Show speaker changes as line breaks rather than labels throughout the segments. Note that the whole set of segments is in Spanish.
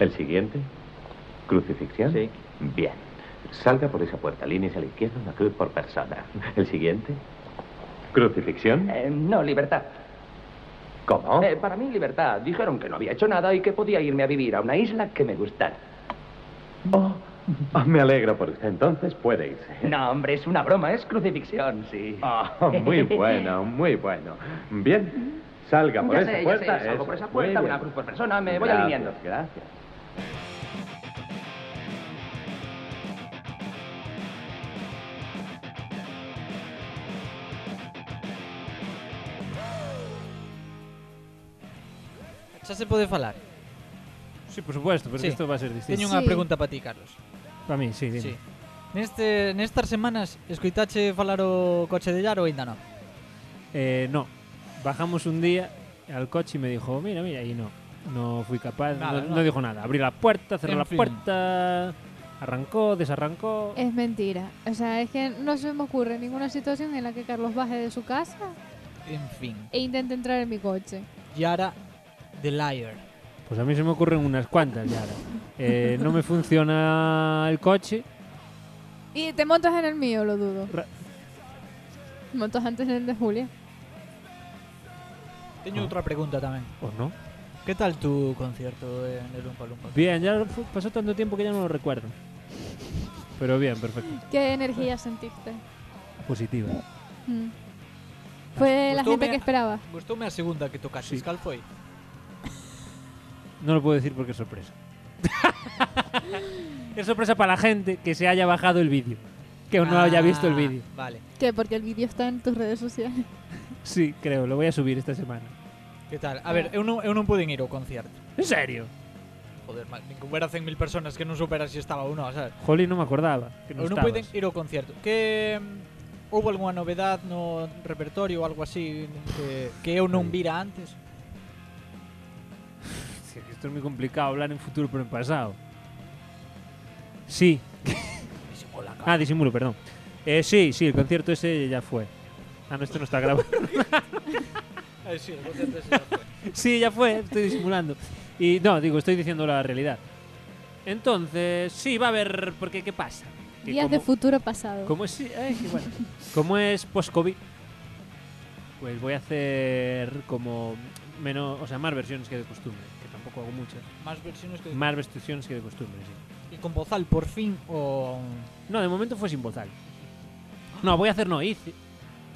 ¿El siguiente? ¿Crucifixión?
Sí.
Bien. Salga por esa puerta, líneas a la izquierda, una cruz por persona. ¿El siguiente? ¿Crucifixión?
Eh, no, libertad.
¿Cómo?
Eh, para mí, libertad. Dijeron que no había hecho nada y que podía irme a vivir a una isla que me gustara.
Oh, ah, me alegro por usted. Entonces puede irse.
No, hombre, es una broma, es crucifixión, sí.
Ah, muy bueno, muy bueno. Bien, salga por
Ya
esa
sé, ya
puerta.
sé, salgo
eso,
por esa
muy
puerta,
bien.
una cruz por persona, me voy
Gracias,
alineando.
Gracias.
Xa se pode falar.
Sí, por supuesto, porque
Sí.
isto vai ser distinto.
Teño unha
Sí.
pregunta para ti, Carlos.
Para mí, sí, dime.
Sí. Neste, nestas semanas escoitache falar o coche de Yaro ou ainda non?
Eh, no, bajamos un día al coche y me dijo, mira, mira, y no, no fui capaz,
Nada,
no,
no.
no dijo nada. Abrí la puerta, cerré
En
la
fin.
puerta, arrancó, desarrancó.
Es mentira. O sea, es que no se me ocurre ninguna situación en la que Carlos baje de su casa
En fin,
e intente entrar en mi coche.
Yara the Liar.
Pues a mí se me ocurren unas cuantas ya. ahora. Eh, no me funciona el coche,
Y te montas en el mío, lo dudo.
Ra-
Te Montas antes en el de Julia.
Teño
Oh.
outra pregunta tamén.
¿o no?
Que tal tu concierto en el Lumpa Lumpa?
Bien, ya fu- pasó tanto tiempo que ya no lo recuerdo. Pero bien, perfecto.
¿Qué energía sentiste?
Positiva.
Mm. Fue la
Gustoume
gente
a-
que esperaba.
Gustoume a segunda que tocaxes,
Sí.
cal foi?
No lo puedo decir porque es sorpresa. es sorpresa para la gente que se haya bajado el vídeo. Que no haya visto el
Ah,
vídeo.
Vale.
¿Qué? Porque el vídeo está en tus redes sociales.
Sí, creo, lo voy a subir esta semana.
Que tal? A ver, eu non, eu non pude ir ao concierto.
¿En serio?
Joder, mal, nin que hubiera 100.000 personas que non supera se estaba ou non, sabes?
Jolín, no me acordaba. Que no
Eu non
estabas.
puiden ir ao concierto. Que mm, houve algunha novedade no repertorio ou algo así que, que eu non vira antes?
Sí, que Esto es muy complicado hablar en futuro pero en pasado. Sí.
Disimula,
Ah, disimulo, perdón. Eh, sí, sí, el concierto ese ya fue. Ah, no, esto no está grabado.
Ah, sí, o concierto ese xa foi.
sí, ya fue, estoy disimulando. Y no, digo, estoy diciendo la realidad. Entonces, sí, va a haber... Porque, ¿qué pasa? Que
Días de
como-
futuro pasado.
Como es, sí, ay, que bueno. como es post-COVID, pues voy a hacer como menos, o sea, más versiones que de costumbre, que tampoco hago muchas.
Más versiones que...
Más versiones que de costumbre, sí.
Y con Bozal, por fin, o...
No, de momento fue sin bozal. No, voy a hacer, no, hice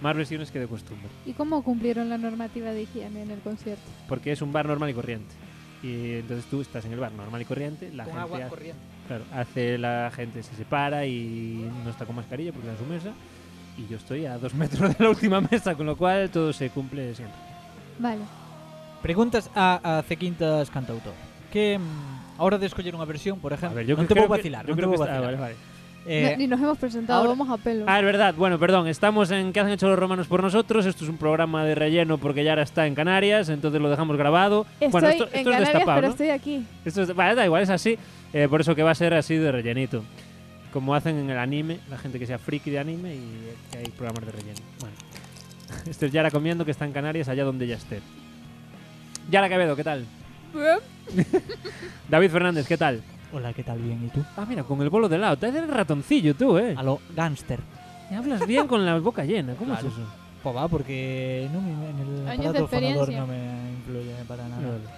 más versiones que de costumbre,
¿Y cómo cumplieron la normativa de higiene en el concierto?
porque es un bar normal y corriente. Y entonces tú estás en el bar normal y corriente, la
con
gente
agua
hace-
corriente.
Claro, hace la gente se separa y no está con mascarilla porque está en su mesa. Y yo estoy a dos metros de la última mesa, con lo cual todo se cumple siempre.
Vale.
Preguntas a, a Cequintas cantautor. Que mm, a hora de escoller unha versión, por
A
exemplo,
ver, yo
non te vou
creo que-
vacilar, non
yo
te
creo
vou
que está- ah,
vacilar.
vale, vale.
Eh,
No, ni nos hemos presentado,
ahora-
vamos a pelo.
Ah, es verdad. Bueno, perdón. Estamos en ¿Qué hacen hechos los romanos por nosotros? Esto es un programa de relleno porque ya ahora está en Canarias, entonces lo dejamos grabado.
Estoy
bueno, esto,
en
esto es
Canarias,
destapado,
pero
¿no?
estoy aquí.
Esto es- vale, da igual, es así. eh, por eso que va a ser así de rellenito. Como hacen en el anime, la gente que sea friki de anime y eh, que hay programas de relleno. Bueno. Este es Yara comiendo que está en Canarias, allá donde ya esté. Yara Quevedo, ¿qué tal? Eh, David Fernández, ¿qué tal?
Hola, que tal bien, e tú?
Ah, mira, con el bolo de lado. Te haces ratoncillo tú, ¿eh?
A lo gánster.
Y hablas bien con la boca llena. ¿Cómo
Claro.
es eso?
Po, va, porque non me- en el
Años de
aparato fonador
experiencia.
non me influye para nada.
Vale.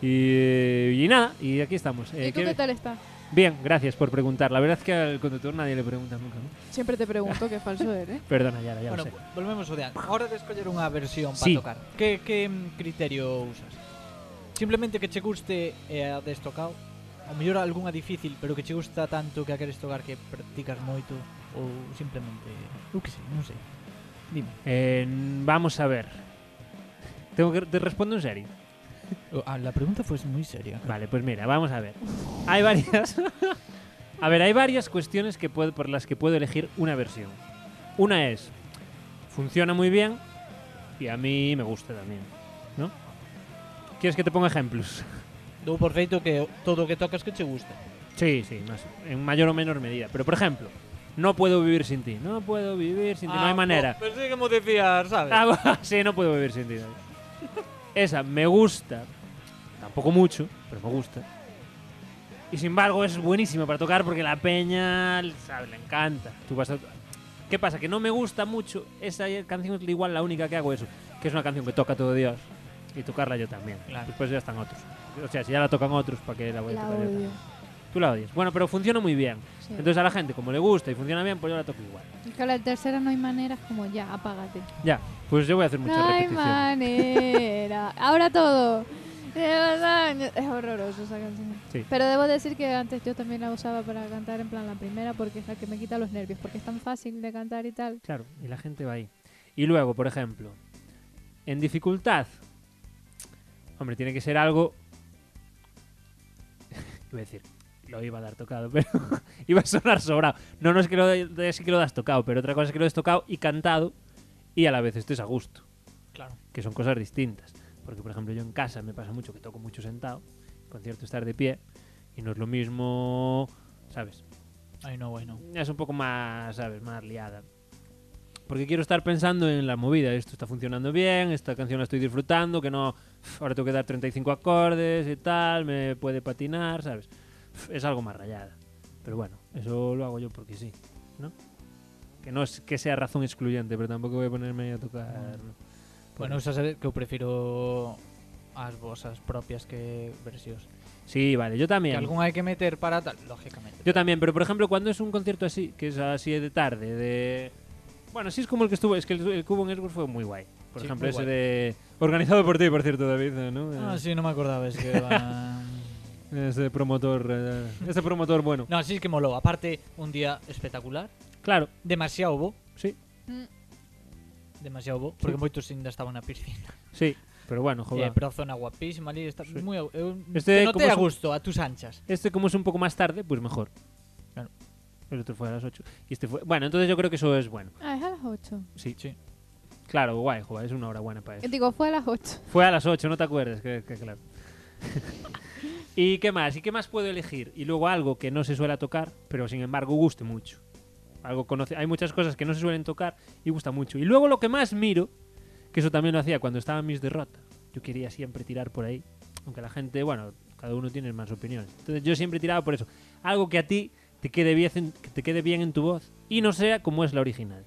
Y, eh, y nada, y aquí estamos. Eh,
¿Y tú
¿qué-
qué tal estás?
Bien, gracias por preguntar. La verdad es que al conductor nadie le pregunta nunca, ¿no?
Siempre te pregunto qué falso eres.
Perdona, Yara, ya
bueno,
lo sé.
volvemos ao de antes. A hora de escoller unha versión
Sí.
para tocar. Que, que mm, criterio usas? Simplemente que che guste e a des tocado? Ao mellor algunha difícil, pero que che gusta tanto que a queres tocar que practicas moito ou simplemente, eu que sei, non sei. Dime.
Eh, vamos a ver. Tengo que te respondo en serio.
Ah, la pregunta foi moi seria.
Vale, pues mira, vamos a ver. Hay varias. a ver, hay varias cuestiones que puedo, por las que puedo elegir una versión. Una es, funciona muy bien y a mí me gusta también, ¿no? ¿Quieres que te ponga ejemplos?
Dou por feito que todo o que tocas que che gusta.
Sí, sí, más, en mayor o menor medida. Pero, por ejemplo, no puedo vivir sin ti. No puedo vivir sin ti, Ah, no hay manera.
Ah, Pensei que mo decías, sabes?
Ah, va, sí, no puedo vivir sin ti. Esa me gusta, tampoco mucho, pero me gusta. Y sin embargo es buenísimo para tocar porque la peña sabe, le encanta. Tú vas a- ¿Qué pasa? Que no me gusta mucho esa canción, es igual la única que hago eso, que es una canción que toca todo Dios y tocarla yo también.
Claro.
Después ya están otros. O sea, si ya la tocan otros, ¿para qué la voy a
La
tocar yo
odio.
también? Tú la odias. Bueno, pero funciona muy bien.
sí.
Entonces a la gente, como le gusta y funciona bien, pues yo la toco igual.
Es que la tercera no hay manera, es como ya, apágate.
Ya, pues yo voy a hacer muchas
No hay
repeticiones.
manera. Ahora todo. De verdad, Es horroroso esa canción.
Sí.
Pero debo decir que antes yo también la usaba para cantar en plan la primera porque es la que me quita los nervios, porque es tan fácil de cantar y tal.
Claro, y la gente va ahí. Y luego, por ejemplo, en dificultad. Hombre, tiene que ser algo. iba a decir, lo iba a dar tocado, pero iba a sonar sobrado. No, no es que lo de- sí que lo das tocado, pero otra cosa es que lo des tocado y cantado y a la vez estés a gusto,
Claro.
que son cosas distintas. Porque, por ejemplo, yo en casa me pasa mucho que toco mucho sentado, concierto estar de pie, y no es lo mismo, ¿sabes?
Ay, no, bueno.
es un poco más, ¿sabes? Más liada. Porque quiero estar pensando en la movida. Esto está funcionando bien, esta canción la estoy disfrutando, que no... "Uf, Ahora tengo que dar 35 acordes y tal, me puede patinar, ¿sabes? Uf, Es algo más rayada. Pero bueno, eso lo hago yo porque sí, ¿no? Que no es que sea razón excluyente, pero tampoco voy a ponerme a tocar...
Bueno, usas a que eu prefiro as vosas propias que versións.
Sí, vale, yo
Que
también.
algún hai que meter para tal, lógicamente.
Yo también, pero por ejemplo, cuando es un concierto así, que es así de tarde, de. Bueno, sí es como el que estuvo, es que el, el Cubo en Esgur fue muy guay. Por
Sí,
ejemplo,
muy
ese
guay.
de. Organizado por ti, por cierto, David, ¿no?
Ah,
Eh,
sí, non me acordaba, es que van...
Ese promotor. eh, ese promotor bueno.
no, sí que molou. Aparte, un día espectacular.
Claro,
Demasiado bo.
sí,
Mm,
Demasiado bo, porque moitos ainda estaban na piscina.
sí. Pero bueno,
Eh,
joder.
pero a zona guapísima ali, está eh,
Sí.
moi... a- Eu,
Este,
te
como
notei a
son-
gusto, a tus anchas.
Este, como es un poco más tarde, pues mejor.
Claro.
El otro fue a las 8. Y este fue. Bueno, entonces yo creo que eso es bueno.
Ah, es a las 8.
Sí.
Sí.
Claro, guay, joder, es una hora buena para eso.
Digo, fue a las 8.
Fue a las 8, no te acuerdas, que, que claro. ¿Y qué más? ¿Y qué más puedo elegir? Y luego algo que no se suele tocar, pero sin embargo guste mucho. Algo conoce... Hay muchas cosas que no se suelen tocar y gusta mucho. Y luego lo que más miro, que eso también lo hacía cuando estaba en mis derrotas. Yo quería siempre tirar por ahí, aunque la gente, bueno, cada uno tiene más opiniones. Entonces yo siempre tiraba por eso. Algo que a ti te quede bien, en- que te quede bien en tu voz y no sea como es la original.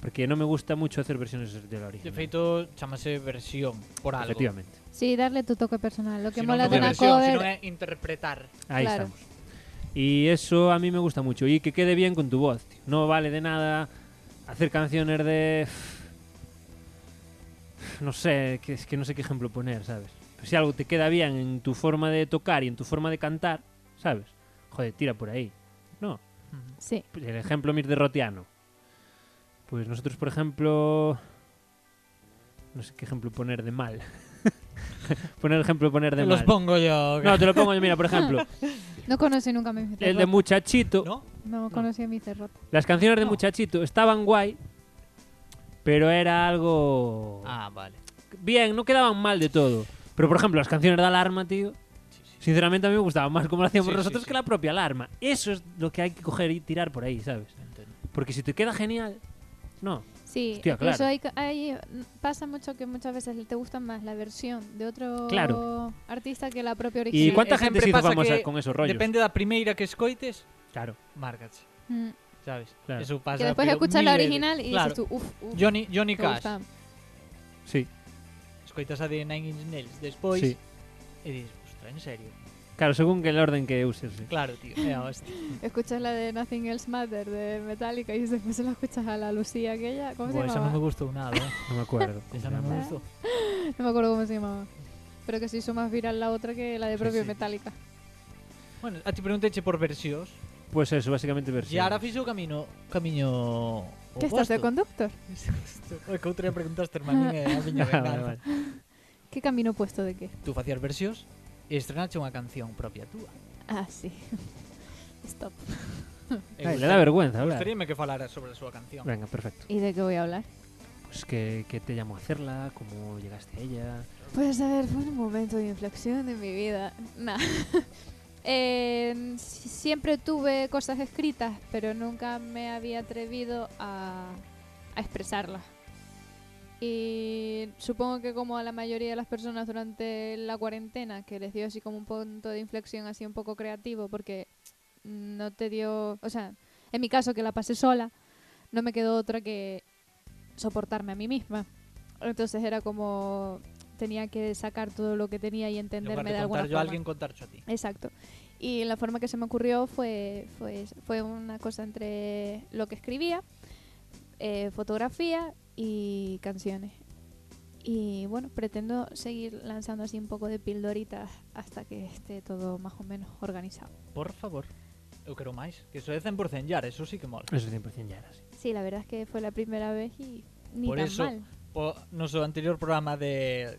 Porque no me gusta mucho hacer versiones de la original.
De feito, chamase versión, por algo.
Efectivamente.
Sí, darle tu toque personal. Lo que
Si non, non
mola de
é
eh. una
versión, si
cover.
non é interpretar.
Ahí
Claro.
estamos. Y eso a mí me gusta mucho. Y que quede bien con tu voz, tío. No vale de nada hacer canciones de. No sé, que es que no sé qué ejemplo poner, ¿sabes? Pero si algo te queda bien en tu forma de tocar y en tu forma de cantar, ¿sabes? Joder, tira por ahí. No,
Sí.
pues el ejemplo Rotiano Pues nosotros, por ejemplo. No sé qué ejemplo poner de mal. poner ejemplo, poner de
Los
mal.
pongo yo.
No, te lo pongo yo, mira, por ejemplo.
No conocí nunca a mi
El de Muchachito.
¿No?
No conocí a mi Rota.
Las canciones de
No.
Muchachito estaban guay, pero era algo...
Ah, vale.
Bien, no quedaban mal de todo. Pero, por ejemplo, las canciones de Alarma, tío,
Sí, sí.
sinceramente a mí me gustaban más como lo hacíamos
Sí, sí,
nosotros
sí.
que la propia Alarma. Eso es lo que hay que coger y tirar por ahí, ¿sabes?
Entendo.
Porque si te queda genial... No,
Sí,
Hostia,
incluso
claro.
hay, ca- hay- n- pasa mucho que muchas veces te gusta más la versión de otro
Claro.
artista que la propia
¿Y
original.
cuánta
e
gente
sempre
se hizo
pasa
famosa
que
con esos rollos?
Depende da primeira que escoites,
Claro.
márcache,
Mm.
sabes?
Claro.
Eso pasa.
Que después
pero
escuchas
miles
la
de-
original y
claro.
dices tú, uff, uff.
Johnny, Johnny
me
Cash.
gusta.
Sí,
Escoitas a de Nine Inch Nails despois
Sí.
e dices, "Ostra, en serio?"
claro, según que el orden que uses. sí.
Claro, tío, é a hostia.
Escuchas la de Nothing Else Matter de Metallica y después se la escuchas a la Lucía aquella. ¿Cómo
Buah,
se
esa non me
llamaba?
gustou nada, eh.
No me acuerdo.
Esa non me
Ah.
gustou.
No me acuerdo cómo se llamaba. Pero que se hizo más viral la otra que la de
Sí,
propio
sí.
Metallica.
Bueno, a ti pregunteche por versións.
Pues eso, básicamente versión.
E ahora fixo o camino, camiño
¿Qué estás de
contar?
conductor?
Que outra día preguntaste, hermanín, e a miña
Vale,
venganza.
vale.
¿Qué camino puesto de qué?
Tú facías versións e estrenache unha canción propia túa.
Ah, sí. Stop.
E
Ay, le
gustaría-
da vergüenza hablar.
Gustaríame que falara sobre a súa canción.
Venga, perfecto.
¿Y de qué voy a hablar?
Pues que, que te llamó a hacerla, cómo llegaste a ella.
Pues a ver, fue un momento de inflexión en mi vida. Nah. Eh, s- siempre tuve cosas escritas, pero nunca me había atrevido a, a expresarlas. Y supongo que como a la mayoría de las personas durante la cuarentena, que les dio así como un punto de inflexión así un poco creativo, porque no te dio, o sea, en mi caso que la pasé sola, no me quedó otra que soportarme a mí misma. Entonces era como tenía que sacar todo lo que tenía y
En
entenderme
lugar
de
de
alguna
contar yo
forma.
a alguien, contar yo a ti.
Exacto. Y la forma que se me ocurrió fue, fue, eso, fue una cosa entre lo que escribía, eh, fotografía y canciones. Y bueno, pretendo seguir lanzando así un poco de pildoritas hasta que esté todo más o menos organizado.
Por favor. Eu quero máis. Que eso é 100% llar, eso sí que mola.
Eso 100% ya era así.
Sí, la verdad es que fue la primera vez y ni
Por
tan
eso-
mal.
Po noso anterior programa de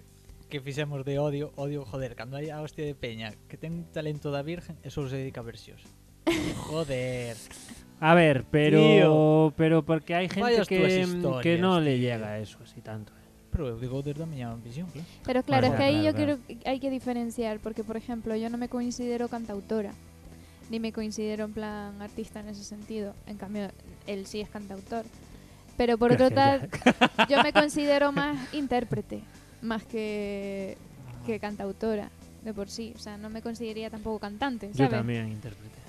que fixemos de odio, odio, joder, cando hai a hostia de peña que ten talento da virgen, eso se dedica a versións. Joder.
A ver, pero.
Tío.
Pero porque hay gente
Vayas tú a
que,
esas
mm,
historias,
que no le
tío.
llega a eso así tanto. eh.
Pero eu digo desde a miña visión, claro.
Pero claro,
Bueno,
es que ahí
claro,
yo
claro.
creo que hay que diferenciar, porque por ejemplo, yo no me considero cantautora, ni me considero en plan artista en ese sentido. En cambio, él sí es cantautor. Pero por otro
Gracias,
tal, yo me considero más intérprete, más que, que cantautora de por sí. O sea, no me consideraría tampoco cantante, ¿sabes?
Yo también interpreté.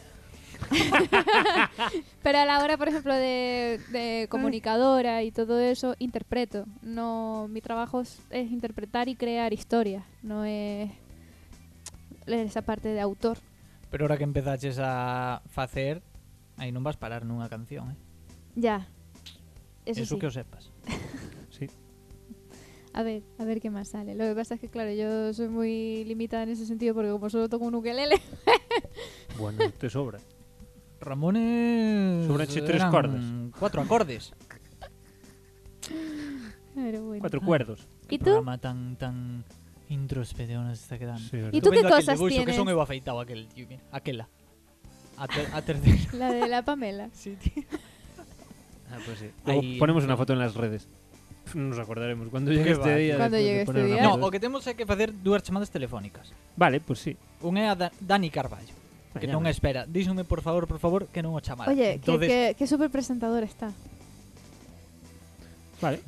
Pero a la hora, por ejemplo, de, de comunicadora y todo eso, interpreto. No, mi trabajo es, es interpretar y crear historias, no es leer esa parte de autor.
Pero ahora que empezaches a facer, aí non vas parar nunha canción, eh?
Ya. Eso,
eso
sí.
que o sepas.
Sí.
A ver, a ver qué más sale. Lo que pasa es que, claro, yo soy muy limitada en ese sentido porque como solo toco un ukelele,
Bueno, te sobra.
Ramones...
Sobre che tres
eran
cordas.
Cuatro acordes.
pero bueno.
Cuatro cuerdos.
¿Y
Que
tú?
programa tan, tan introspectivo nos está quedando.
¿Y
Estupendo
tú qué
aquel
cosas
debuxo, Que
tienes?
son eu afeitado aquel, tío, mira, aquela. A, ter, a terceira.
La de la Pamela.
sí, tío.
Ah, pues sí.
Ahí-
Luego ponemos una foto en las redes. No nos acordaremos cuando llegue
Qué
este
va,
día.
tío. Cuando
después de
llegue
poner
este
una
día.
No,
foto.
o que temos é que facer dúas chamadas telefónicas.
Vale, pues sí.
Un é a Da- Dani Carballo, que
Mañana.
non espera. Dísome, por favor, por favor, que non o chamara.
Oye, que-
Entonces,
que, que súper presentador está.
Vale.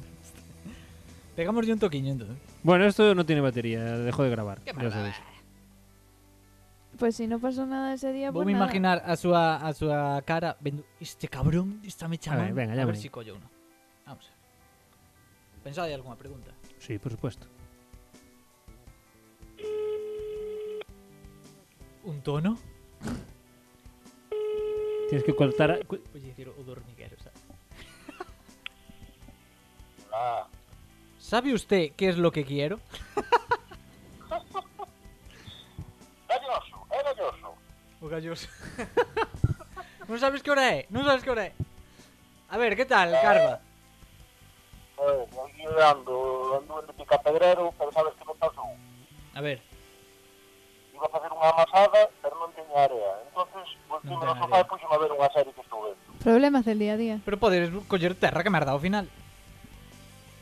pegamos un toquiño, entonces.
Bueno, esto no tiene batería. Dejo de grabar. ya sabes.
Pues si no pasó nada ese día,
Vou
pues
me
nada.
imaginar a súa a súa cara vendo este cabrón está me chamando.
A ver, venga,
a ver
llámale.
si collo uno. Vamos. a ver. Pensade algunha pregunta.
Sí, por supuesto.
Un tono?
Tienes que cortar. cu-
Vou dicir o do hormiguero, sabe?
Ah,
¿Sabe usted qué es lo que quiero?
galloso, é galloso.
O galloso. non sabes que hora é? Non sabes que hora é? A ver, que
Eh.
tal, Carva?
Pois, aquí ando, ando en pica pedrero, pero sabes que me pasou?
A ver,
Iba a facer unha amasada, pero non teña área. Entonces, voltíme
Non ten
no sofá
área.
e puxeme a ver unha serie que estou vendo.
Problemas del día a día.
pero podes coller terra que me has dado ao final.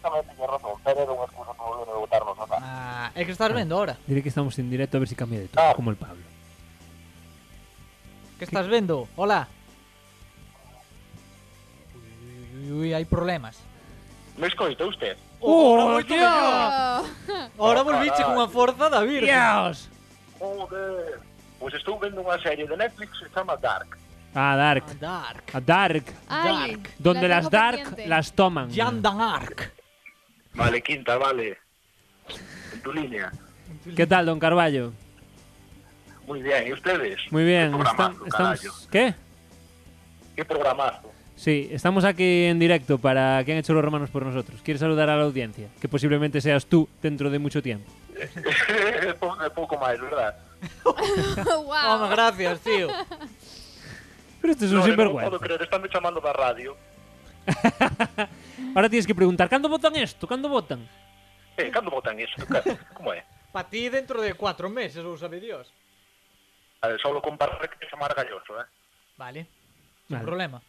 Tamén teña razón, pero era unha excusa para volver a botar no sofá.
Ah, é que
Eh.
estás vendo ahora.
Diré que estamos en directo a ver si cambia de todo,
Ah.
como el Pablo.
Que estás vendo? Hola. Ui, ui, ui, hai problemas.
Me escoita usted?
Oh,
ahora moito
Dios.
mellor.
Oh.
Oh,
Ahora volviche
Carai.
cunha forza da virgen.
¡Dios!
Joder! Pois estou vendo unha serie de Netflix que se chama Dark.
A Dark.
A Dark.
A Dark.
Ay,
Dark.
Donde
la
las
tengo
Dark
pendiente.
las toman.
Jan Dan Ark.
Vale, quinta, vale. En tu línea.
¿Qué tal, don Carballo?
Muy bien, ¿y ustedes?
Muy bien.
Qué
estam-
programazo, carayo.
estamos... ¿Qué?
Qué programazo.
Sí, estamos aquí en directo para que han hecho los romanos por nosotros. ¿Quieres saludar a la audiencia? Que posiblemente seas tú dentro de mucho tiempo.
Pouco- pouco máis, verdad? Oh,
Home,
wow.
gracias, tío.
Pero esto es un
Non, non
sinvergüenza.
podo creer, están me chamando da radio.
Ahora tienes que preguntar, ¿cuándo votan esto? ¿Cuándo votan?
Eh, cando botan iso? Ca- Como é?
Pa ti dentro de cuatro meses, ou sabe Dios.
A ver, solo comparar que chamar galloso, eh?
Vale. Sin
Vale.
problema.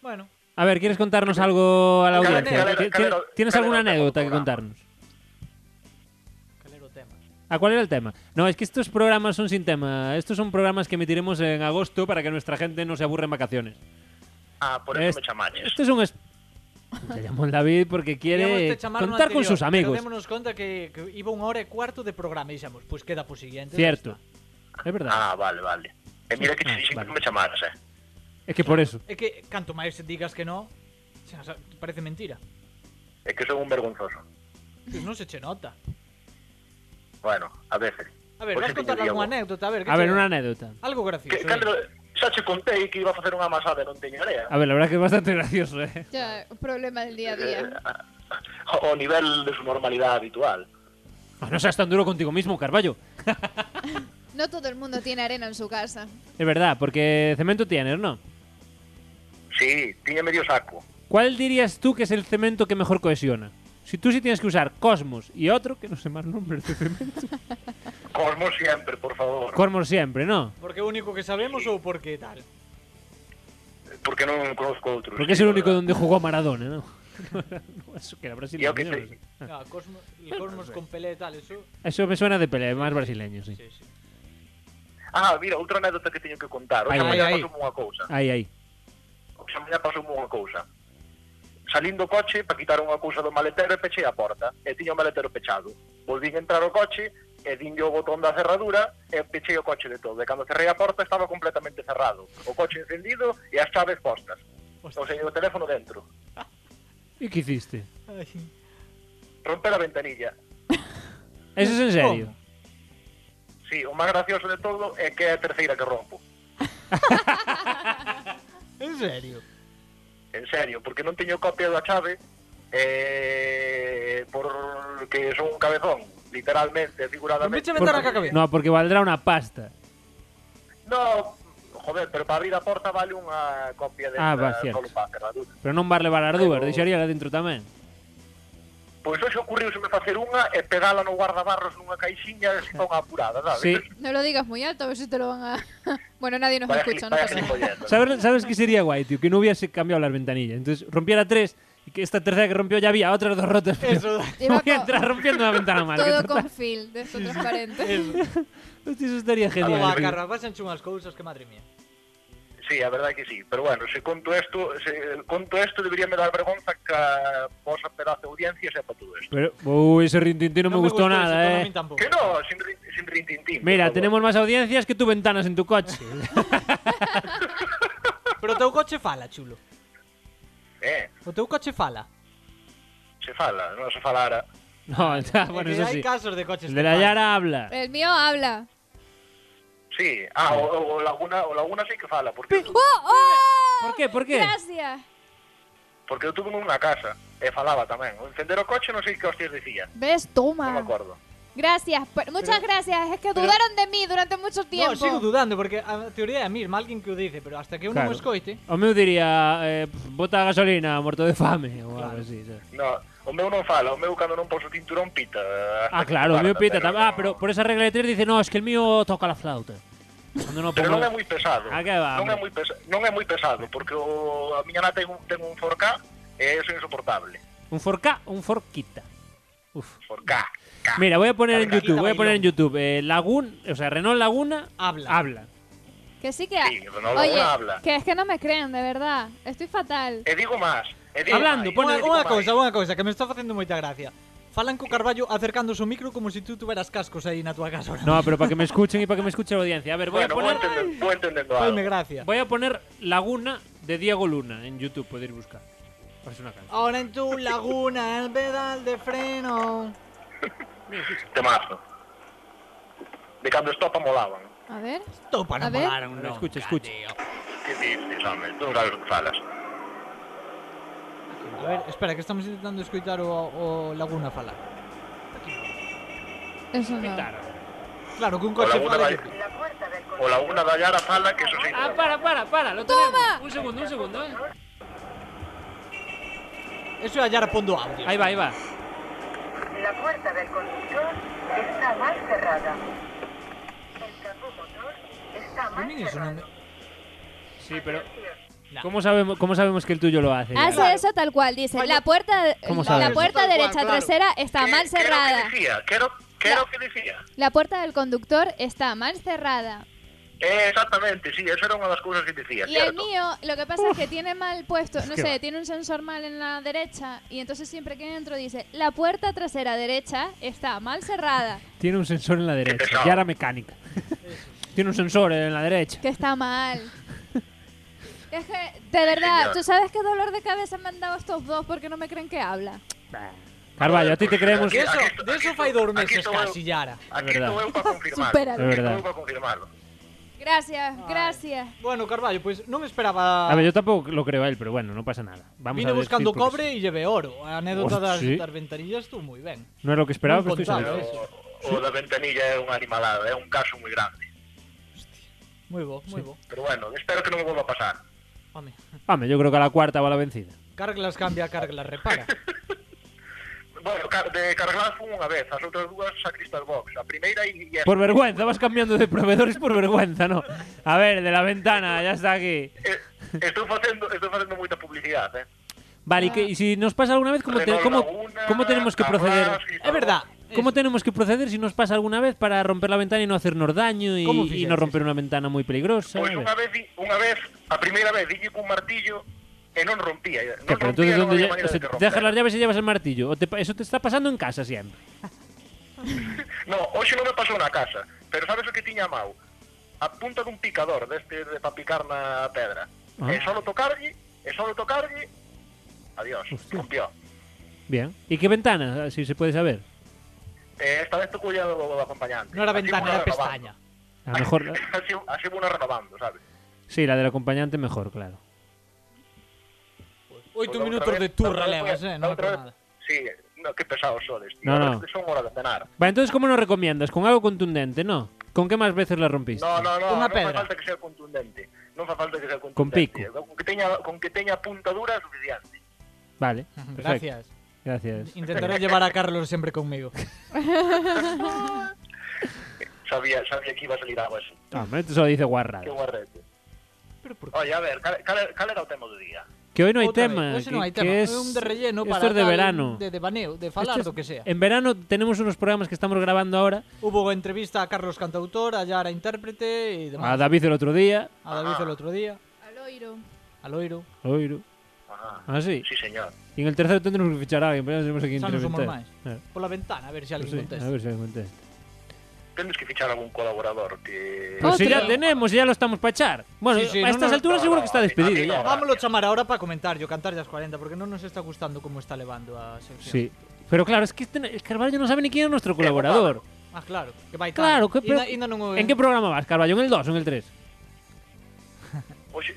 Bueno,
A ver, ¿quieres contarnos algo a la
Calero,
audiencia?
calero,
¿Ti- ti-
calero,
¿Tienes
calero,
alguna
calero,
anécdota que
programa.
contarnos?
cal era o tema?
¿A cuál era el tema? No, es que estos programas son sin tema. Estos son programas que emitiremos en agosto para que nuestra gente no se aburra en vacaciones.
Ah, por eso
Es-
me chamaches.
Este es un... es- Te llamó el David porque quiere
Queríamos chamarlo
contar con
este anterior,
sus
pero
amigos.
démonos conta que, que iba unha hora e cuarto de programa e dixemos, pois pues queda por siguiente.
Cierto. Es verdad.
Ah, vale, vale. E mira que te
Ah,
dixen
vale.
que me chamaras, eh.
Es que por eso.
É que canto máis digas que no, xa, xa, parece mentira.
É que son un vergonzoso.
Pois non se che nota.
Bueno, a veces.
A ver,
Pois
vas
é que
contar
yo
algunha
digo-
anécdota, a ver, que
A ver,
che-
una anécdota.
algo
Que,
gracioso.
cando,
venga.
xa che contei que iba a facer unha amasada e non teño idea.
A ver, la verdad que es bastante gracioso, ¿eh?
Ya, problema del día a
Eh,
día.
a- ao nivel de su normalidad habitual.
Ah, No seas tan duro contigo mismo, Carballo.
No todo el mundo tiene arena en su casa.
Es verdad, porque cemento tienes, ¿no?
Sí, tiña medio saco.
¿Cuál dirías tú que es el cemento que mejor cohesiona? Si tú sí tienes que usar Cosmos y otro, que no sé más nombres de cemento.
Cosmo siempre, por favor.
Cosmos siempre, ¿no?
Porque é o único que sabemos ou porque tal.
Porque non conozco outros.
Porque es
sí,
el único
verdad.
donde jugó Maradona, ¿no? No, Eso que era brasileño.
Yo que
¿no?
sé.
Ah.
No, Cosmo, el Ah, Cosmos con Pelé e tal, eso,
Eso me suena de pelea, más brasileño, sí.
sí, sí.
Ah, mira, outra anécdota que teño que contar.
Ai,
Oxa,
ai,
mañá
ai.
pasou unha cousa.
Ahí, ahí.
Oxa, mañá pasou unha cousa. Salín do coche para quitar unha cousa do maletero e pechei a porta. E tiña o maletero pechado. Volvín a entrar ao coche e dinlle o botón da cerradura e pechei o coche de todo. E cando cerrei a porta estaba completamente cerrado. O coche encendido e as chaves postas.
Pues
O
Hostia,
sea, o teléfono dentro.
¿Y qué hiciste?
ai.
Romper a ventanilla.
Eso es en serio.
Sí, o máis gracioso de todo é que é a terceira que rompo.
En serio.
En serio, porque non teño copia da chave eh, porque son un cabezón, literalmente, figuradamente.
Rompiste a
Por-
ventana que acabé.
No, porque valdrá una pasta.
No, joder, pero para abrir a porta vale unha copia de
Ah, va, cierto.
solo para cerradura.
Pero non varle para as dúas,
Pero-
deixaría dentro tamén.
Pois hoxe ocurriuseme facer unha e pegala no guardabarros nunha caixinha e así unha apurada, sabes?
Sí.
No lo digas muy alto, a ver si te lo van a... bueno, nadie nos
Vaya
escucha, no
gil- vaya
pasa nada.
gilipollez, ¿no?
¿Sabes, ¿Sabes qué sería guay, tío? Que no hubiese cambiado las ventanillas. Entonces rompiera tres y que esta tercera que rompió ya había otras dos rotas. pero
Eso,
Iba
voy a
co-
entrar rompiendo una ventana mal. que
Todo
total-
con film, de eso transparente.
eso.
Hostia, eso estaría genial.
Algo a
tío.
carrapas enche unhas cousas que madre mía.
Sí, a verdade que sí. Pero bueno, se conto esto, se conto esto deberíame dar vergonza que a vosa pedazo de audiencia sepa todo esto.
Pero, uy, ese rintintín no, me
eso,
gustó, nada,
pero a
eh.
mí tampoco.
Que no, sin, rin- sin rintintín. por
Mira,
favor.
tenemos más audiencias que tú ventanas en tu coche.
Pero o teu coche fala, chulo.
Eh,
O teu coche fala.
se fala, non se falara.
no, ya, Ah,
É
bueno,
que
eso
hai
sí.
casos de coches
El
que
de la
falan.
Yara habla.
El mío habla.
Sí, ah, o, o, o Laguna, o Laguna sí que fala, porque,
¡Oh, oh!
¿Por qué? ¿Por qué?
Gracias.
porque eu tuve nunha casa e falaba tamén. O encender o coche non sei que hostias dicía,
¿Ves?
non
Ah.
Toma.
me acuerdo.
Gracias, per- muchas gracias. Es que dudaron de mí durante mucho
No,
tiempo.
sigo dudando, porque a teoría é a mesma, alguén que o dice, pero hasta que uno
Claro.
claro. escoite...
O me diría, eh, bota gasolina, muerto de fame o
Claro.
algo así. ¿sabes?
No, o meu non fala, o meu cando non poso cinturón pita. eh,
Ah, claro, o mío pita tamén. Ah, pero
non-
por esa regla de tres dice, no, es que el mío toca la flauta. Cando non o
Pero non
pongo-
é moi pesado.
Ah, que va,
non,
hombre.
é moi pesa non é moi pesado, porque o, a miña nana ten un, ten un 4K e eso é insoportable.
Un forca, un forquita. Uf.
4K. K.
Mira, voy a poner en
Forquita
YouTube, voy a poner en
bailón.
YouTube eh, Lagun, o sea, Renault Laguna
Habla.
habla.
Que sí que.
Sí, pero no lo
Oye,
uno habla.
que es que no me creen, de verdad. Estoy fatal.
E digo máis. E digo
Hablando,
máis,
pone-
e
Unha,
digo
unha
máis.
cousa, unha cousa, que me está facendo moita gracia. Falan co Carballo acercándose ao micro como se si tú tuveras cascos aí na tua casa. ahora.
No, pero para que me escuchen y para que me escuche la audiencia. A ver, voy a
Bueno, vou
poner
entendendo, vou entendendo
Faime
algo.
gracia.
voy a poner Laguna de Diego Luna en YouTube, podéis buscar. Parece una canción.
Ahora en tu laguna, el pedal de
Eh.
freno.
Temazo. De cando estopa molaban.
A ver.
Topa,
A
no
ver.
molaron, no.
Escucha, escucha. Ah,
Que dices, home? Tú non sabes o que falas.
A ver, espera, que estamos intentando escoitar o, o laguna falar.
Eso no.
Guitarra.
Claro, que un
O
coche
Laguna
fala...
da, o Laguna da Yara fala que eso sí.
Ah, para, para, para, lo tenemos.
Toma.
Un segundo, un segundo, eh.
Eso é hallar pondo audio.
Ahí va, ahí va.
La puerta del conductor está mal cerrada. El capó motor está
A
mal
mí eso non...
cerrado.
me-
Sí, pero
Nah.
¿Cómo sabemos cómo sabemos que el tuyo lo hace?
Hace
Claro.
eso tal cual, dice.
Oye,
La puerta,
¿cómo
la
sabes?
puerta
Tal cual,
derecha
claro.
trasera está
Que-
mal cerrada.
Que era o que dicía, que era, que era o que dicía.
La puerta del conductor está mal cerrada.
Eh, exactamente, sí, eso era una das cousas que dicía,
Y el
certo.
mío, lo que pasa es que tiene mal puesto, no
que
sé,
va.
tiene un sensor mal en la derecha y entonces siempre que entro dice, la puerta trasera derecha está mal cerrada,
Tiene un sensor en la derecha.
pesado.
Ya era mecánica. Tiene un sensor en la derecha.
que está mal. Es que, de verdad,
señor.
¿tú sabes qué dolor de cabeza me han dado estos dos porque no me creen que habla?
Carvalho, a ti te creemos.
De
Aquí-
eso,
aquí esto-
de eso
aquí
fai
esto-
dous
aquí
meses
esto
casi, Yara.
Aquí
verdad.
estou eu para confirmarlo.
Supéralo.
É verdade.
Estou eu para confirmarlo.
Gracias, gracias.
Bueno, Carvalho, pues non esperaba...
A ver, yo tampoco lo creo a él, pero bueno, no pasa nada. Vamos
Vine
a decir
buscando
por qué sí.
cobre e llevé oro. A anécdota
Hostia,
das,
sí.
das ventanillas estuvo moi ben.
No es lo que esperaba,
Non
pero estoy
contaba
seguro.
eso.
O, o da ventanilla é unha animalada, é un caso moi grande.
Moi bo, moi
Sí.
bo.
Pero bueno, espero que non me volva a pasar.
Home,
Hombre, yo creo que a la cuarta va la vencida.
Carglas cambia, Carglas repara.
Bueno, car- de cargladas fun unha vez, as outras dúas sacristas box. A primeira e e esta.
Por vergüenza, vas cambiando de proveedores por vergüenza, ¿no? A ver, de la ventana, ya está aquí.
Eh, Estou facendo, estou facendo moita publicidade, eh.
Vale, ¿y, qué- y si nos pasa alguna vez, ¿cómo, te-
Renault
cómo-
Laguna,
cómo tenemos que proceder?
Carglass, Cristal
É verdad.
¿Cómo tenemos que proceder si nos pasa alguna vez para romper la ventana y no hacernos daño y,
¿Cómo
y
fixeches?
no romper una ventana muy peligrosa? A
Pois
ver.
unha Pues vez, di- unha vez, a primeira vez dille cun martillo e non rompía, non
Que, pero entonces,
rompía, non
¿dónde
había
lle- o
maneira
sea,
de que
te dejas
rompera.
las llaves y llevas el martillo? ¿O te pa- eso te está pasando en casa siempre?
No, hoxe non me pasou na casa, pero sabes o que tiña a mau? A punta dun picador deste de pa picar na pedra.
Ah.
E solo tocarlle, e solo tocarlle, adiós,
Hostia.
rompió.
Bien. ¿Y qué ventana, si se puede saber?
Eh, esta vez tocou ya do, do acompañante.
Non era
Así
ventana,
funa
era
renovando.
pestaña.
A lo mejor...
Así, así una renovando, sabes?
Sí, la del acompañante mejor, claro.
Oito
Pois outra
minutos
vez-
de tú
outra vez-
relevas, eh? Non é
outra
por
vez-
nada.
Sí, no, que pesados soles, tío.
No, no.
Son hora de cenar.
Vale, entonces, ¿cómo nos recomiendas? ¿Con algo contundente, no? ¿Con qué más veces la rompiste?
No, no, no,
Unha
non
pedra.
fai falta que sea contundente. Non fai falta que sea contundente.
Con pico.
Con que teña, con que teña punta dura é suficiente.
Vale, perfecto.
Gracias.
Gracias.
Intentaré llevar a Carlos siempre conmigo.
Sabía, sabía que iba a salir algo así.
Ah, hombre, esto solo dice
Que
guarrada.
guarrete.
Pero por
Oye, a ver, cal, cal, cal era o tema do día?
Que hoy no hay
Outra
tema.
vez, hoxe
que,
non hai
que
tema.
es,
É un de relleno
esto
para
es de
tal,
verano.
De devaneo, de falar do
Esto es- em-
que sea.
En verano tenemos unos programas que estamos grabando ahora.
Hubo entrevista a Carlos Cantautor, a Yara Intérprete y
A
demás.
David el otro día.
A David el otro día,
Aloiro.
a Loiro.
Oiro.
Ah,
Ah, sí.
sí, señor.
Y en el tercero tendremos que fichar a alguien, pero ya tenemos aquí
Xa non somos máis.
Claro.
Por la ventana, a ver si alguien
Eh.
Pues
Pues sí,
contesta.
a ver si alguien contesta.
Tendes que fichar algún colaborador que...
Pues si
Otro.
ya tenemos, ya lo estamos para echar. Bueno,
Sí, sí,
a
no,
estas
no,
alturas
no,
seguro
no,
que está
a mí- a
despedido
mí
ya.
no.
Vámonos a chamar ahora para comentar, yo cantar las 40, porque no nos está gustando cómo está levando a sección.
Sí. Pero claro, es que este, el Carvalho no sabe ni quién es nuestro colaborador.
Ah, Eh, claro, que vai tarde.
Claro, que,
Inda-
pero-
inda non o-
¿en qué programa vas, Carvalho? ¿En el 2 o en el 3?
Hoxe,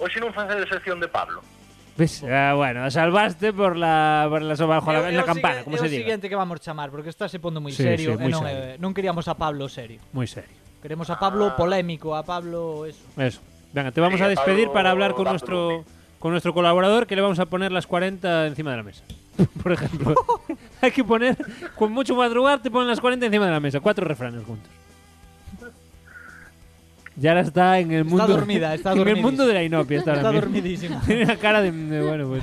hoxe non facer sección de Pablo.
¿Ves? Ah, bueno, la salvaste por la, por la sopa bajo
É o-
la, en
é o
la campana,
sigue-
como
é
se
o
diga.
siguiente que vamos chamar, porque está se pondo moi
Sí,
serio, e
sí, moi
non,
serio.
é- non queríamos a Pablo serio.
Muy serio.
Queremos a
Ah.
Pablo polémico, a Pablo eso.
Eso. Venga, te vamos
Sí,
a
a
despedir
Pablo
para hablar con
Lázaro.
nuestro, con nuestro colaborador que le vamos a poner las 40 encima de la mesa. Por ejemplo, hay que poner, con mucho madrugar, te ponen las 40 encima de la mesa. Cuatro refranes juntos. Y ahora está en el mundo.
dormida, está
En el
dormidísima.
mundo de la inopia. Está,
Está
ahora mismo.
dormidísimo.
Tiene una cara de. de- bueno, pues.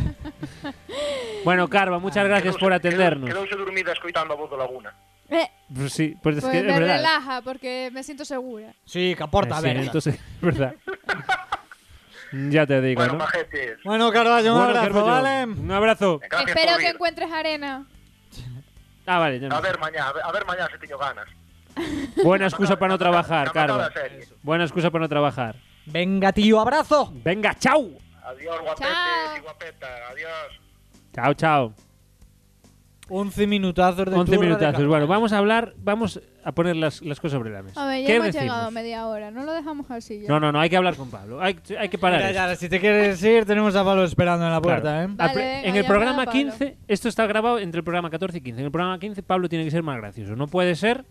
Bueno, Carva,
Ah,
muchas gracias
Quedouse-
por atendernos.
Quedouse dormida escoitando a voz do Laguna.
Eh,
Pues sí, pues es
pues
que es
me
verdad.
relaja porque me siento segura.
Sí, que aporta, a
Eh, Sí,
ver.
entonces, es verdad. Ya te digo,
Bueno,
¿no?
majetes,
Bueno, Carvalho, un
Bueno,
abrazo,
Carballo,
¿vale?
Un abrazo.
gracias
Espero
por
que
vir.
encuentres arena.
Ah, vale. ya no.
A ver mañá, a ver- a ver mañá se teño ganas.
Buena excusa para no trabajar,
Carlos.
Carva. Buena excusa para no trabajar.
Venga, tío, abrazo.
Venga, chao.
Adiós, guapetes
Chao.
y guapetas. Adiós.
Chao, chao.
11 minutazos de turra
11
de
minutazos.
Carvalho.
Bueno, vamos a hablar, vamos a poner las, las cosas sobre la mesa.
A ver, ya
¿Qué
hemos
decimos?
llegado a media hora. No lo dejamos así ya.
No, no, no, hay que hablar con Pablo. Hay, hay que parar.
Mira,
esto.
Yara, si te quieres ir, tenemos a Pablo esperando en la
Claro.
puerta, ¿eh?
Vale,
Al pri-
venga,
en el
llamada
programa
Pablo.
15, esto está grabado entre el programa 14 y 15. En el programa 15, Pablo tiene que ser más gracioso. No puede ser.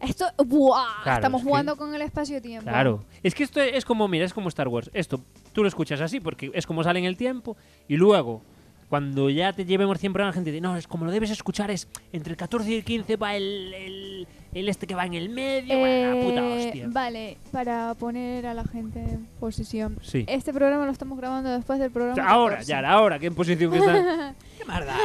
Esto, ¡buah!
Claro,
Estamos
es que-
jugando con el espacio-tiempo.
Claro. Es que esto es como, mira, es como Star Wars. Esto tú lo escuchas así porque es como sale en el tiempo y luego. Cuando ya te llevemos 100 programas, la gente dice, no, es como lo debes escuchar, es entre el 14 y el 15 va el, el, el este que va en el medio, bueno, la puta
Eh,
hostia.
vale, para poner a la gente en posición.
Sí.
Este programa lo estamos grabando después del programa.
Ahora,
14.
ya, ahora, qué posición que está.
¡Qué mierda!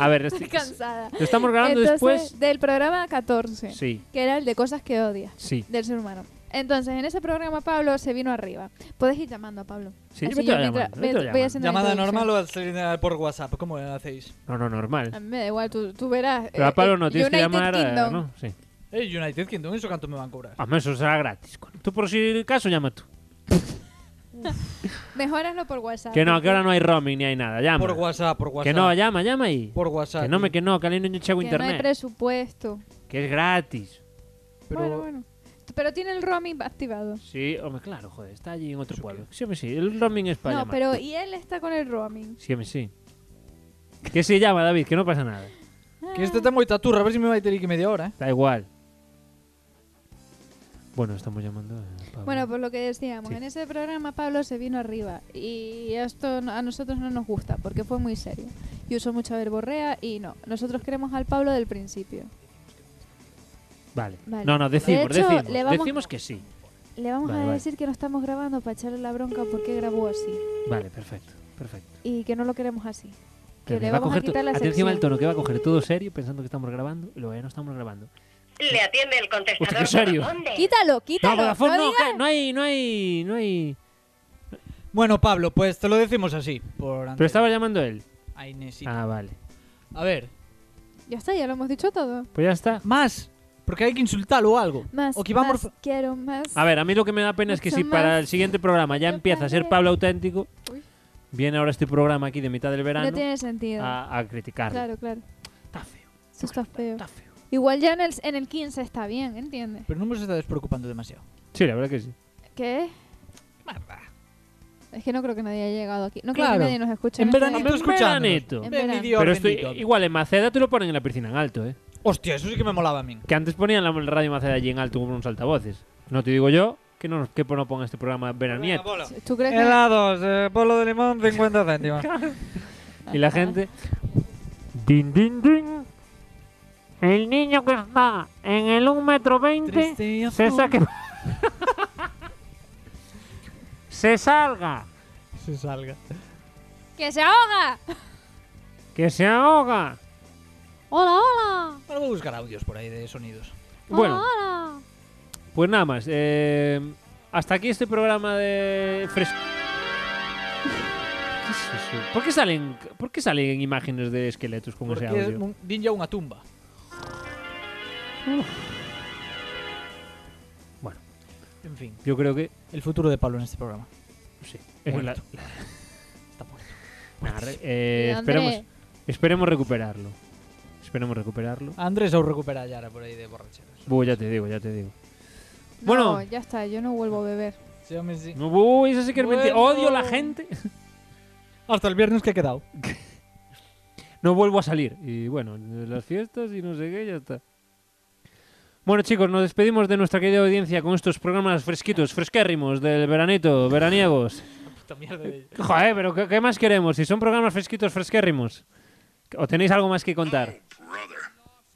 A ver, este-
cansada.
lo estamos grabando
Entonces,
después.
del programa 14,
Sí,
que era el de cosas que odias
sí.
del ser humano. Entonces, en ese programa Pablo se vino arriba. Podéis ir llamando a Pablo.
Sí,
Así
vete
yo
llamando,
mientras-
vete
voy- voy
llamando.
haciendo la
¿Llamada
introducción.
normal o al- por WhatsApp? ¿Cómo lo hacéis?
No, no,
A
normal.
mí me da igual, tú, tú verás.
Pero
eh,
a Pablo
eh,
no tienes que
United
llamar, eh,
Kingdom.
¿no? Sí.
Eh, United Kingdom, ¿eso cuánto me van a cobrar?
A menos será gratis. coño. Tú por si caso llama tú.
Mejor hazlo por WhatsApp.
Que no,
porque-
que ahora no hay roaming ni hay nada. Llama.
Por WhatsApp, por WhatsApp.
Que no, llama, llama ahí.
Por WhatsApp.
Que no me
tío.
que no, que ali no chego
que no hay
internet.
presupuesto.
que es gratis.
Pero
Bueno, bueno. T- Pero tiene el roaming activado.
Sí, hombre, claro, joder, está allí en otro
¿Eso
pueblo. Sí, hombre, sí. El roaming es para
no,
llamar.
pero y él está con el roaming.
Sí, hombre, sí. Que sí llama, David, que no pasa nada.
Que este está muy taturra, a ver si me va a tener que media hora. eh.
Da igual. Bueno, estamos llamando a Pablo.
Bueno, por lo que decíamos,
Sí.
en ese programa Pablo se vino arriba y esto no- a nosotros no nos gusta porque fue muy serio y usó mucha verborrea y no, nosotros queremos al Pablo del principio.
vale.
pues, vale.
No, no, decimos,
De hecho,
decimos.
le vamos-
Decimos que sí.
Le vamos
Vale,
a
vale.
decir que no estamos grabando para echarle la bronca porque grabó así
Vale, perfecto, perfecto.
y que no lo queremos así. Que
Pero
le
va a
vamos a
coger to-
quitar la
Atención al
sección.
tono, que va a coger todo serio pensando que estamos grabando y luego ya no estamos grabando.
Le atiende el
Hostia, qué
contestador.
serio.
Vodafone de-
Quítalo,
No,
quítalo.
Vodafone, no,
digas-
que- no hay, no hay, no hay...
Bueno, Pablo, pues te lo decimos así. Por
Pero estaba llamando él.
A Inesita.
Ah, vale.
A ver,
Ya está, ya lo hemos dicho todo.
Pues ya está.
más. Porque hay que insultarlo o algo.
Más,
O que va a
más,
morf-
quiero más.
A ver, a mí lo que me da pena es que
Mucho
si para
más.
el siguiente programa ya
Yo
empieza a ser
paré.
Pablo auténtico,
Uy.
viene ahora este programa aquí de mitad del verano
no tiene sentido.
a, a criticarlo.
claro, claro.
Ah, Está feo,
Eso está feo.
está feo.
Igual ya en el, en el 15 está bien, ¿entiendes?
Pero no me está despreocupando demasiado.
Sí, la verdad que sí.
¿Qué? Es que no creo que nadie haya llegado aquí. No creo
Claro.
que nadie nos escuche.
En
este-
veranito escuchándonos.
Veranito.
Ven,
En verano.
idiota,
Pero esto,
bendito.
igual en Maceda te lo ponen en la piscina en alto, ¿eh?
Hostia, eso sí que me molaba a mí.
Pues
Que antes ponían la radio Maceda allí en alto con unos altavoces. No te digo yo que no, que no ponga este programa veranieto.
¿Tú crees que.?
Helados, eh, polo de limón, 50 céntimos.
Y la gente... Din, din, din. El niño que está en el 1 metro 20 Se saque. se salga.
Se salga.
¡Que se ahoga!
Que se ahoga.
¡Hola, hola!
Bueno, voy a buscar audios por ahí de sonidos.
Bueno,
Ah.
¡Hola, hola!
pues nada más. eh, hasta aquí este programa de fresco. ¿Qué es eso? ¿Por qué salen, por qué salen imágenes de esqueletos con
Porque
ese audio?
un- din ya una tumba.
Bueno.
En fin,
Yo creo que
el futuro de Pablo en este programa.
sí. Eh, la-
Muerto. Está muerto.
la- re- eh,
Y André,
esperemos, esperemos recuperarlo. Esperemos recuperarlo.
Andrés os recupera ya ahora por ahí de borracheras.
Voy, ya te digo, ya te digo.
no,
bueno.
ya está, yo no vuelvo a beber.
Sí, hombre, sí.
No, uy, eso sí que es mentira.
Bueno.
Odio la gente.
Hasta el viernes que he quedado.
no vuelvo a salir. Y bueno, las fiestas y no sé qué, ya está. Bueno, chicos, nos despedimos de nuestra querida audiencia con estos programas fresquitos, fresquérrimos del veranito, veraniegos.
Puta mierda de ella.
Joder, pero ¿qué, qué más queremos? Si son programas fresquitos, fresquérrimos. ¿O tenéis algo más que contar?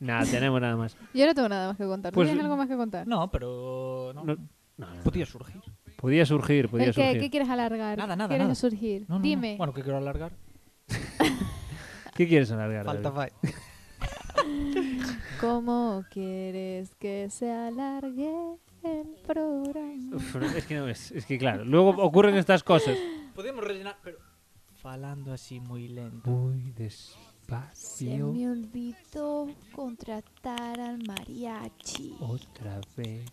Nada, tenemos nada más.
Yo no tengo nada más que contar. ¿Tú
Pues-
¿Tienes algo más que contar?
No, pero. No.
No, no, no, no.
Podía surgir.
Podía surgir, podía
¿El qué,
surgir.
¿Qué quieres alargar?
Nada, nada,
¿Quieres
nada.
surgir?
No, no, no.
Dime.
Bueno, que quiero alargar.
¿Qué quieres alargar?
Falta
David?
fight.
¿Cómo quieres que se alargue el programa?
Uf, no, es que no es, es que claro, luego ocurren estas cosas.
Podemos rellenar, pero. Falando así muy lento.
Muy
Se
despacio,
me olvidó contratar al mariachi.
otra vez.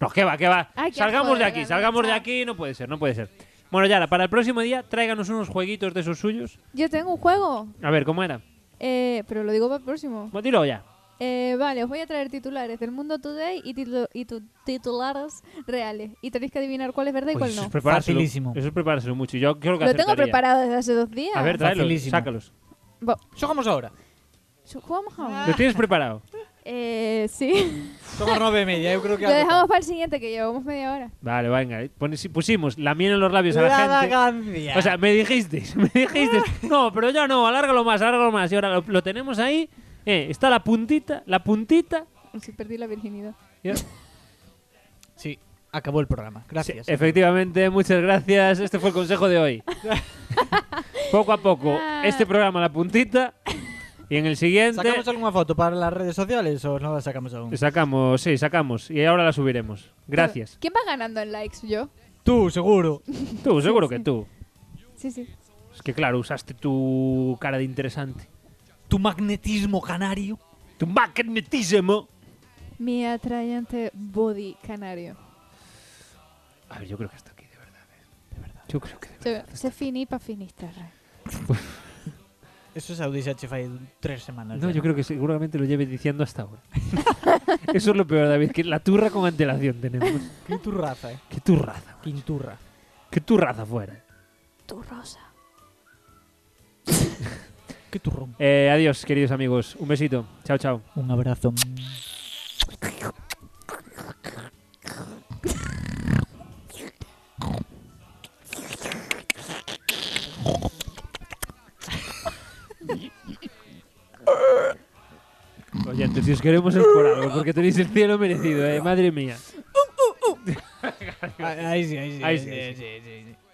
No, que va, que va.
Ay, qué
salgamos
asco,
de
de
aquí,
verdad,
salgamos de
chao.
aquí. No puede ser, no puede ser. Bueno, Yara, para el próximo día tráiganos unos jueguitos de esos suyos.
Yo tengo un juego,
A ver, ¿cómo era?
eh, pero lo digo para el próximo.
Bueno, Dilo ya.
Eh, vale, os voy a traer titulares del Mundo Today y, titlo- y tu- titulares reales. Y tenéis que adivinar cuál es verdad y
Uy,
cuál
eso,
no.
es preparárselo,
Facilísimo.
eso es preparárselo mucho. Yo creo que
Lo tengo
acertaría.
preparado desde hace dos días.
A ver, tráelos,
Facilísimo.
sácalos.
Jugamos ahora.
Yo- ¿Jugamos ahora?
¿Lo tienes preparado?
Eh, sí.
Son las nueve y media. Yo creo que.
Lo dejamos para el siguiente, que llevamos media hora.
Vale, venga. eh. Pone- si Pusimos la miel en los labios a la
La
gente.
vagancia.
O sea, me dijisteis, me dijisteis, no, pero ya no, alárgalo más, alárgalo más. Y ahora lo, lo tenemos ahí, eh, está la puntita, la puntita.
Si perdí la virginidad.
Y-
sí, acabó el programa. Gracias.
Sí, eh, efectivamente, muchas gracias. Ah. Este fue el consejo de hoy. poco a poco, este programa, la puntita, Y en el siguiente
¿Sacamos alguna foto para las redes sociales o no la sacamos aún?
sacamos, sí, sacamos. Y ahora la subiremos. Gracias.
¿Quién va ganando en likes? ¿Yo?
Tú, seguro.
Tú, seguro que tú.
Sí, sí.
Es que claro, usaste tu cara de interesante.
Tu magnetismo canario.
Tu magnetismo.
Mi atrayente body canario.
A ver, yo creo que hasta aquí, de verdad. eh, De verdad. Yo creo que de verdad.
Se, se fini pa' Finisterre.
Eso es Audi Fai tres semanas.
No,
ya.
yo creo que seguramente lo lleve diciendo hasta ahora. Eso es lo peor, David, que la turra con antelación tenemos.
Quinturraza, eh.
Qué turraza.
Quinturra.
Qué turraza fuera.
Tu rosa.
Qué turrón.
Eh, adiós, queridos amigos. Un besito. Chao, chao.
Un abrazo.
Oyentes, si os queremos es por algo, porque tenéis el cielo merecido, eh. Madre mía.
Ah, Ahí sí, ahí sí.
Ahí sí,
sí,
ahí
sí, sí, sí.